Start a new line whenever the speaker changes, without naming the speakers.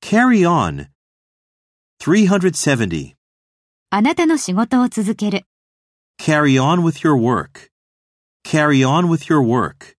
Carry on. 370.
あなたの仕事を続ける。
Carry on with your work. Carry on with your work.